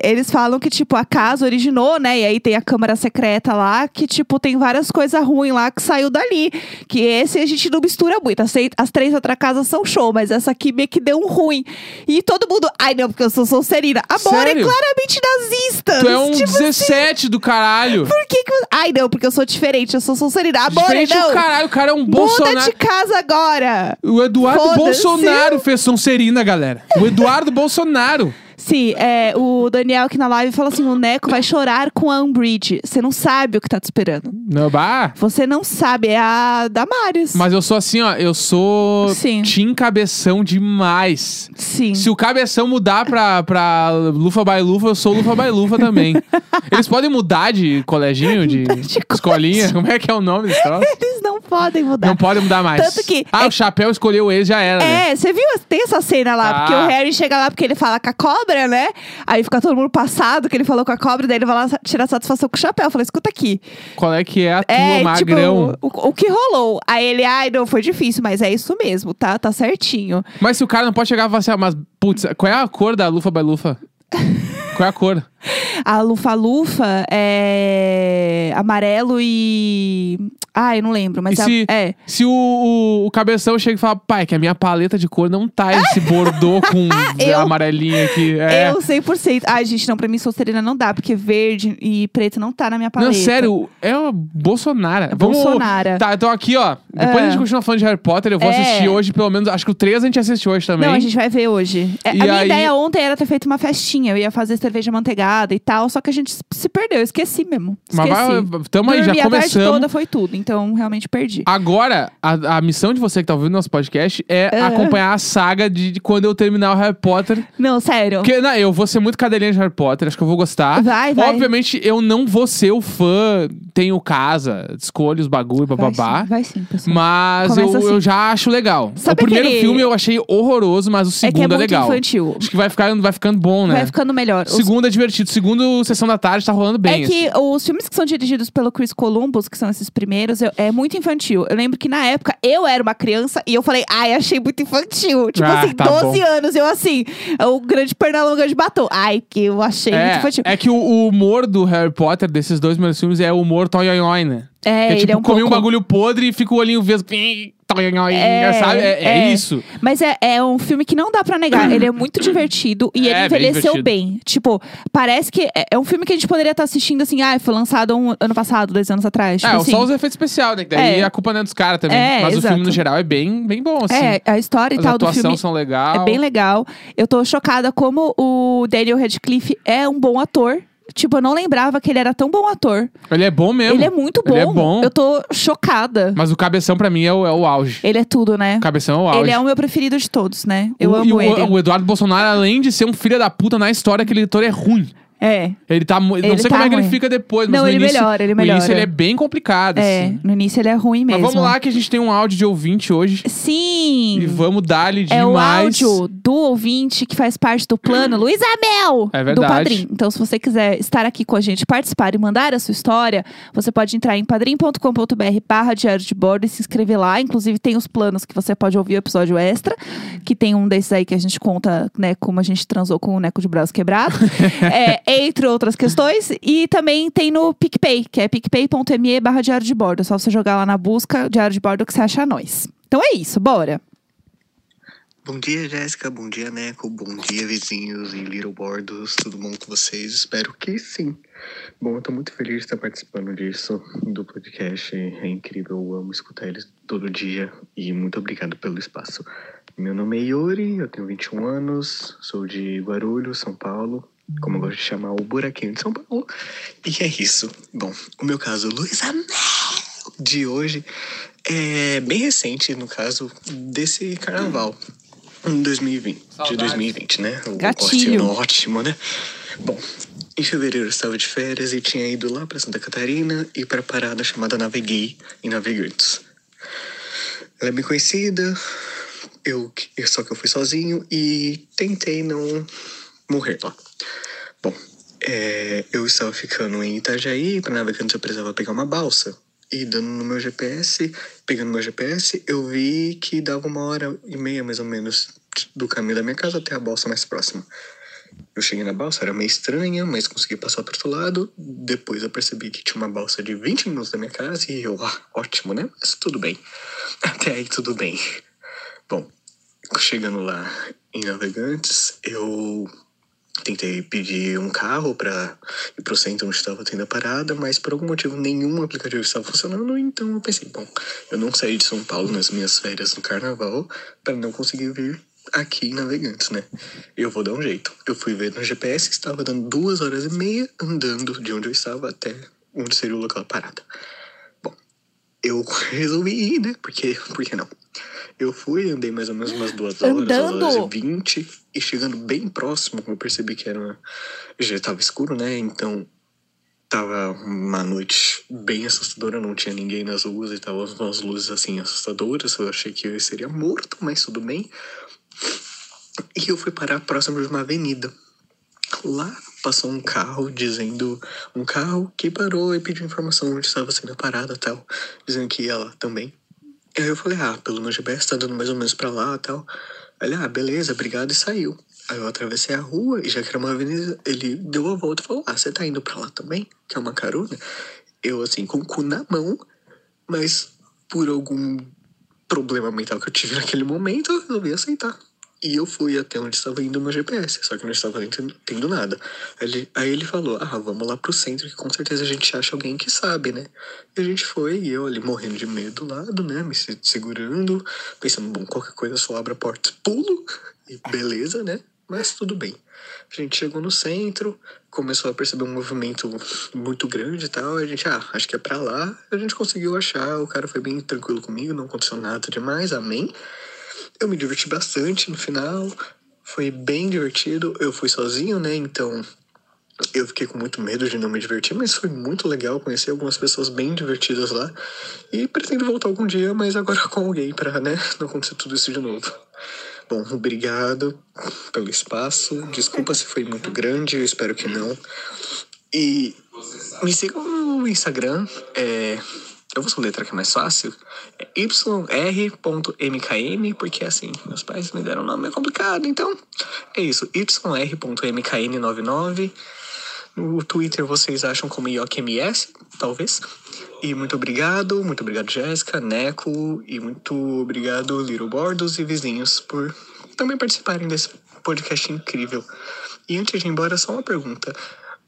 B: eles falam que, tipo, a casa originou, né? E aí tem a Câmara Secreta lá, que, tipo, tem várias coisas ruins lá que saiu dali. Que esse a gente não mistura muito. As, sei- as três outras casas são show, mas essa aqui meio que deu um ruim. E todo mundo, ai não, porque eu sou Sonserina. Amor é
A: Sério?
B: claramente nazista.
A: Tu é um
B: Tipo,
A: 17 do caralho.
B: por que que... eu- Ai não, porque eu sou diferente, eu sou Sonserina. Amor
A: Diferente
B: não.
A: do caralho. O cara é um
B: Muda
A: Bolsonaro.
B: de casa agora!
A: O Eduardo
B: Foda-se.
A: Bolsonaro fez Sonserina, galera. O Eduardo Bolsonaro.
B: Sim, é, o Daniel aqui na live fala assim: o Neco vai chorar com a Umbridge. Você não sabe o que tá te esperando.
A: Não, bah.
B: Você não sabe, é a Damares.
A: Mas eu sou assim, ó. Eu sou
B: Sim.
A: Tim Cabeção demais.
B: Sim.
A: Se o cabeção mudar pra, pra Lufa by Lufa, eu sou Lufa by Lufa também. Eles podem mudar de coleginho, de,
B: De
A: escolinha? Como é que é o nome desse troço?
B: Eles não podem mudar.
A: Não podem mudar mais.
B: Tanto que-
A: Ah,
B: é-
A: o chapéu escolheu ele, já era, né?
B: É, você viu? Tem essa cena lá,
A: Ah.
B: porque o Harry chega lá porque ele fala com a cobra, né? Aí fica todo mundo passado que ele falou com a cobra, daí ele vai lá sa- tirar satisfação com o chapéu. Fala, escuta aqui.
A: Qual é que é a tua,
B: É, tipo,
A: magrão?
B: o, o que rolou? Aí ele, ai, não, foi difícil, mas é isso mesmo, tá? Tá certinho.
A: Mas se o cara não pode chegar e falar assim, ah, mas putz, qual é a cor da Lufa by Lufa? qual é a cor?
B: A Lufa-Lufa é amarelo e. Ah, eu não lembro, mas
A: E
B: é-
A: se-
B: é.
A: Se o, o, o cabeção chega e fala, pai, que a minha paleta de cor não tá esse bordô com
B: Eu-
A: amarelinho aqui. É.
B: Eu 100%. Ai, gente, não, pra mim solteirina não dá, porque verde e preto não tá na minha paleta.
A: Não, sério, é o Bolsonaro.
B: Bolsonara.
A: Tá, então aqui, ó. Depois
B: Ah.
A: a gente continua falando de Harry Potter. Eu vou
B: É.
A: assistir hoje, pelo menos. Acho que o 3 a gente assistiu hoje também.
B: Não, a gente vai ver hoje. É, A
A: E
B: minha
A: aí-
B: ideia ontem era ter feito uma festinha. Eu ia fazer cerveja manteigada e tal, só que a gente se perdeu. Eu esqueci mesmo.
A: Mas
B: Esqueci.
A: vai, tamo aí,
B: Dormi
A: já
B: a tarde
A: começamos.
B: toda, foi tudo. Então, realmente perdi.
A: Agora, a, a missão de você que tá ouvindo nosso podcast é
B: Ah.
A: acompanhar a saga de, de quando eu terminar o Harry Potter.
B: Não, sério.
A: Ah, Porque, não, eu vou ser muito cadelinha de Harry Potter, acho que eu vou gostar.
B: Vai, vai.
A: Obviamente, eu não vou ser o fã, tenho casa, escolho os bagulho,
B: Vai
A: bababá.
B: sim, vai sim, pessoal.
A: Mas eu,
B: Começa assim.
A: eu já acho legal.
B: Sabe
A: o primeiro
B: aquele-
A: filme eu achei horroroso, mas o
B: é
A: segundo
B: que é muito
A: legal.
B: infantil.
A: Acho que vai, ficar, vai ficando bom, né?
B: Vai ficando melhor.
A: O
B: Os
A: Segundo é divertido. O Segundo, Sessão da Tarde, tá rolando bem.
B: É que os filmes que são dirigidos pelo Chris Columbus, que são esses primeiros, eu- é muito infantil. Eu lembro que na época eu era uma criança e eu falei, ai, achei muito infantil. Tipo
A: Ah,
B: assim,
A: tá
B: 12 anos, eu assim, o grande pernalonga de batom. Ai, que eu achei muito
A: assim.
B: infantil.
A: É, é que o, o humor do Harry Potter, desses dois primeiros filmes, é o humor toioioi, né?
B: É,
A: que é
B: ele
A: tipo,
B: é um
A: comer
B: pouco...
A: um bagulho podre e fica o olhinho vesgo. Toioioi,
B: É,
A: sabe? É, é
B: é.
A: isso.
B: Mas é, é um filme que não dá pra negar. Ele é muito divertido e
A: É,
B: ele
A: bem
B: envelheceu
A: divertido.
B: bem. Tipo, parece que é, é um filme que a gente poderia estar assistindo assim, ah, foi lançado um ano passado, dois anos atrás. Tipo
A: é,
B: assim.
A: só os efeitos especiais, né? Que daí
B: É.
A: a culpa não é dos caras também.
B: É,
A: Mas o filme,
B: exato.
A: no geral, é bem, bem bom, assim.
B: É, a história e
A: As
B: tal do filme
A: atuações são legais.
B: É bem legal. Eu tô chocada como o Daniel Radcliffe é um bom ator. Tipo, eu não lembrava que ele era tão bom ator.
A: Ele é bom mesmo.
B: Ele é muito bom.
A: Ele é bom.
B: Eu tô chocada.
A: Mas o Cabeção, pra mim, é o, é o auge.
B: Ele é tudo, né?
A: O Cabeção é o auge.
B: Ele é o meu preferido de todos, né? Eu
A: O- e
B: amo
A: o,
B: ele.
A: o Eduardo Bolsonaro, além de ser um filho da puta na história, aquele leitor é ruim.
B: É.
A: Ele tá. mu- não
B: Ele
A: sei
B: tá
A: como é que ele
B: ruim.
A: fica depois, mas
B: Não,
A: no
B: ele
A: início,
B: melhora, ele
A: no
B: melhora.
A: início ele é bem complicado,
B: É,
A: assim.
B: no início ele é ruim
A: Mas
B: mesmo.
A: vamos lá que a gente tem um áudio de ouvinte hoje. E
B: Sim!
A: vamos dar-lhe
B: É o
A: demais.
B: áudio do ouvinte que faz parte do plano Luísa Mel!
A: É
B: do
A: verdade.
B: Padrim. Então, se você quiser estar aqui com a gente, participar e mandar a sua história, você pode entrar em padrim.com.br barra diário de bordo e se inscrever lá. Inclusive, tem os planos que você pode ouvir o episódio extra, que tem um desses aí que a gente conta, né, como a gente transou com o Neco de braço quebrado, É, entre outras questões. E também tem no PicPay, que é picpay.me barra diário de bordo. É só você jogar lá na busca diário de bordo que você acha nós. Então é isso, bora!
C: Bom dia, Jéssica. Bom dia, Neco. Bom dia, vizinhos e Little Bordos. Tudo bom com vocês? Espero que sim. Bom, eu tô muito feliz de estar participando disso, do podcast. É incrível, eu amo escutar eles todo dia. E muito obrigado pelo espaço. Meu nome é Yuri, eu tenho 21 anos, sou de Guarulhos, São Paulo. Como eu gosto de chamar, o buraquinho de São Paulo. E é isso. Bom, o meu caso, Luiz Amel, de hoje, é bem recente, no caso, desse carnaval. Em 2020, de
A: Saudades.
C: 2020, né? O
B: Gatilho.
C: corte ótimo, né? Bom, em fevereiro eu estava de férias e tinha ido lá para Santa Catarina e para a parada chamada Naveguei em Navegantes. Ela é bem conhecida, eu, eu- só que eu fui sozinho e tentei não morrer lá. Bom, é, eu estava ficando em Itajaí, para Navegantes eu precisava pegar uma balsa. E dando no meu GPS, pegando meu GPS, eu vi que dava uma hora e meia mais ou menos do caminho da minha casa até a balsa mais próxima. Eu cheguei na balsa, era meio estranha, mas consegui passar pro outro lado. Depois eu percebi que tinha uma balsa de 20 minutos da minha casa e eu, ah, ótimo, né? Mas tudo bem. Até aí tudo bem. Bom, chegando lá em Navegantes, eu tentei pedir um carro para ir pro centro onde estava tendo a parada, mas por algum motivo nenhum aplicativo estava funcionando, então eu pensei, bom, eu não saí de São Paulo nas minhas férias no carnaval para não conseguir vir aqui em Navegantes, né? Eu vou dar um jeito. Eu fui ver no GPS que estava dando duas horas e meia andando de onde eu estava até onde seria o local da parada eu resolvi ir, né? Porque, por que não? Eu fui, andei mais ou menos umas duas horas,
B: Andando?
C: duas horas e vinte. E chegando bem próximo, eu percebi que era... uma- Já tava escuro, né? Então, tava uma noite bem assustadora. Não tinha ninguém nas ruas e tava umas luzes, assim, assustadoras. Eu achei que eu seria morto, mas tudo bem. E eu fui parar próximo de uma avenida. Lá passou um carro dizendo. Um carro que parou e pediu informação onde estava sendo a parada e tal. Dizendo que ia lá também. Aí eu falei, ah, pelo meu GPS tá dando mais ou menos pra lá e tal. Ele, ah, beleza, obrigado, e saiu. Aí eu atravessei a rua e já que era uma avenida, ele deu a volta e falou, ah, você tá indo pra lá também? Quer uma carona? Eu, assim, com o cu na mão, mas por algum problema mental que eu tive naquele momento, eu resolvi aceitar. E eu fui até onde estava indo o meu GPS, só que não estava entendo- tendo nada. Aí ele, aí ele falou: Ah, vamos lá pro centro, que com certeza a gente acha alguém que sabe, né? E a gente foi, e eu ali morrendo de medo do lado, né? Me se- segurando, pensando: Bom, qualquer coisa eu só abro a porta e pulo, e beleza, né? Mas tudo bem. A gente chegou no centro, começou a perceber um movimento muito grande e tal. A gente, ah, acho que é pra lá. A gente conseguiu achar, o cara foi bem tranquilo comigo, não aconteceu nada demais, amém. Eu me diverti bastante no final, foi bem divertido. Eu fui sozinho, né? Então eu fiquei com muito medo de não me divertir, mas foi muito legal conhecer algumas pessoas bem divertidas lá. E pretendo voltar algum dia, mas agora com alguém pra, né, não acontecer tudo isso de novo. Bom, obrigado pelo espaço. Desculpa se foi muito grande, eu espero que não. E me sigam no Instagram. É, eu vou soletrar que é mais fácil. É yr.mkm, porque assim, meus pais me deram um nome complicado. Então, é isso. yr.mkm99. No Twitter vocês acham como IOQMS, talvez. E muito obrigado, muito obrigado, Jéssica, Neco, e muito obrigado, Little Bordos e vizinhos, por também participarem desse podcast incrível. E antes de ir embora, só uma pergunta.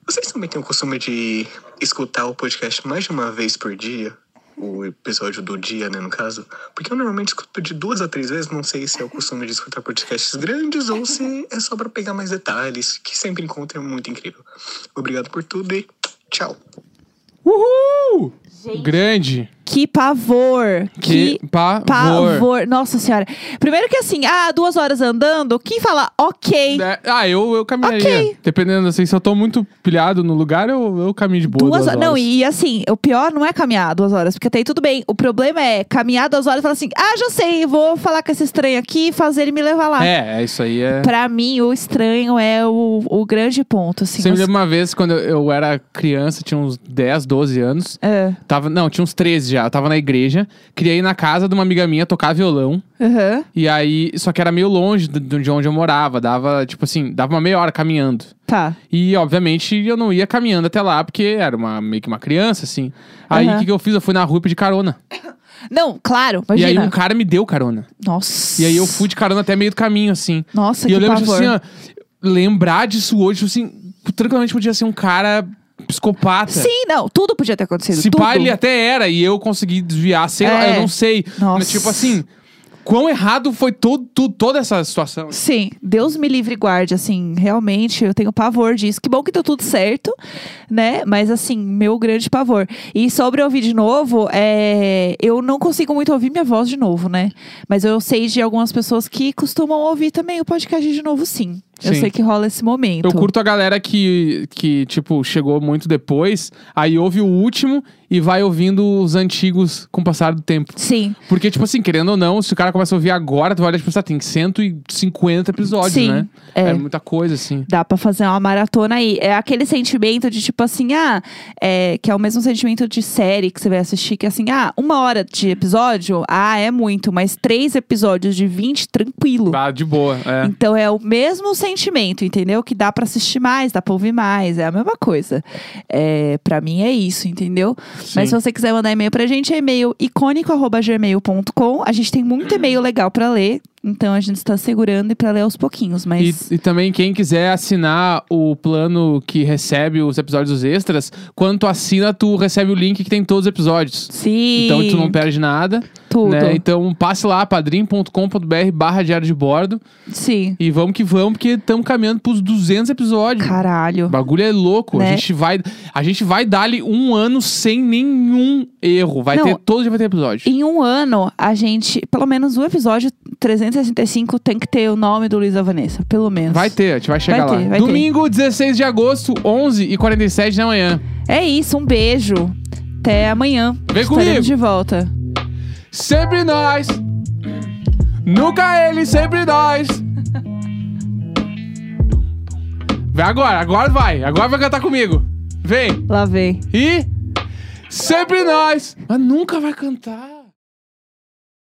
C: Vocês também têm o costume de escutar o podcast mais de uma vez por dia? O episódio do dia, né, no caso? Porque eu normalmente escuto de duas a três vezes, não sei se é o costume de escutar podcasts grandes ou se é só pra pegar mais detalhes, que sempre encontro é muito incrível. Obrigado por tudo e tchau!
A: Uhul! Grande.
B: Que pavor! Que,
A: pavor.
B: pavor! Nossa senhora. Primeiro que assim, ah, duas horas andando, quem fala ok?
A: É, ah, eu, eu caminharia.
B: Ok.
A: Dependendo, assim, se eu tô muito pilhado no lugar, eu, eu caminho de boa. Duas, horas.
B: Não, e assim, o pior não é caminhar duas horas, porque até aí tudo bem. O problema é caminhar duas horas e falar assim: ah, já sei, vou falar com esse estranho aqui e fazer ele me levar lá.
A: É, é, isso aí é.
B: Pra mim, o estranho é o, o grande ponto. Assim,
A: Você me
B: Você-
A: lembra uma vez quando eu, eu era criança, tinha uns 10, 12 anos.
B: É.
A: Tava, não, tinha uns 13 já. Eu tava na igreja. Queria ir na casa de uma amiga minha tocar violão.
B: Aham.
A: E aí, só que era meio longe de, de onde eu morava. Dava, tipo assim, dava uma meia hora caminhando.
B: Tá.
A: E, obviamente, eu não ia caminhando até lá, porque era uma, meio que uma criança, assim. Aí, o
B: Aham.
A: que, que eu fiz? Eu fui na rua e pedi carona.
B: Não, claro,
A: E aí,
B: imagina.
A: um cara me deu carona.
B: Nossa.
A: E aí, eu fui de carona até meio do caminho, assim.
B: Nossa,
A: e
B: que
A: eu lembro, tipo
B: pavor.
A: assim, ó, lembrar disso hoje, tipo assim, tranquilamente podia ser um cara psicopata.
B: Sim, não, tudo podia ter acontecido.
A: Se
B: tudo.
A: pá, ele até era, e eu consegui desviar, sei lá,
B: É.
A: eu não sei.
B: Nossa.
A: Mas, tipo assim, quão errado foi todo, tu- toda essa situação.
B: Sim, Deus me livre e guarde, assim, realmente eu tenho pavor disso. Que bom que deu tudo certo, né? Mas assim, meu grande pavor. E sobre ouvir de novo, é, eu não consigo muito ouvir minha voz de novo, né? Mas eu sei de algumas pessoas que costumam ouvir também o podcast de novo, sim. Eu
A: Sim.
B: sei que rola esse momento.
A: Eu curto a galera que, que, tipo, chegou muito depois, aí ouve o último e vai ouvindo os antigos com o passar do tempo.
B: Sim,
A: Porque, tipo assim, querendo ou não, se o cara começa a ouvir agora, tu vai olhar e pensar, tem 150 episódios,
B: Sim,
A: né?
B: é.
A: muita coisa, assim.
B: dá pra fazer uma maratona aí. É aquele sentimento de tipo assim, ah, é, que é o mesmo sentimento de série que você vai assistir, que é assim, ah, uma hora de episódio, ah, é muito, mas três episódios de 20, tranquilo.
A: Ah, de boa. É.
B: Então é o mesmo sentimento, entendeu? Que dá pra assistir mais, dá pra ouvir mais, é a mesma coisa. É, para mim é isso, entendeu? Mas se você quiser mandar e-mail pra gente, é e-mail icônico@gmail.com. A gente tem muito e-mail legal pra ler, então a gente está segurando e pra ler aos pouquinhos,
A: E,
B: mas
A: e também quem quiser assinar o plano que recebe os episódios extras, quando tu assina, tu recebe o link que tem todos os episódios.
B: Sim,
A: Então tu não perde nada.
B: tudo.
A: Né? Então passe lá, padrim.com.br barra diário de bordo.
B: Sim.
A: E vamos que vamos, porque estamos caminhando pros 200 episódios. O
B: Caralho.
A: bagulho é louco.
B: Né?
A: A gente vai, a gente vai dar-lhe um ano sem nenhum erro. Vai
B: Não.
A: ter, todo dia vai ter episódio.
B: Em um ano, a gente, pelo menos o episódio 365 tem que ter o nome do Luiz Vanessa, pelo menos.
A: Vai ter, a gente vai chegar
B: Vai ter,
A: lá.
B: vai ter.
A: Domingo, 16 de agosto, 11h47 da manhã.
B: É isso, um beijo. Até amanhã.
A: Vem
B: Estaremos
A: comigo.
B: de volta.
A: Sempre nós. Nunca ele, sempre nós. Vai agora, agora vai. Agora vai cantar comigo. Vem.
B: Lá vem.
A: E. Sempre nós. Mas nunca vai cantar.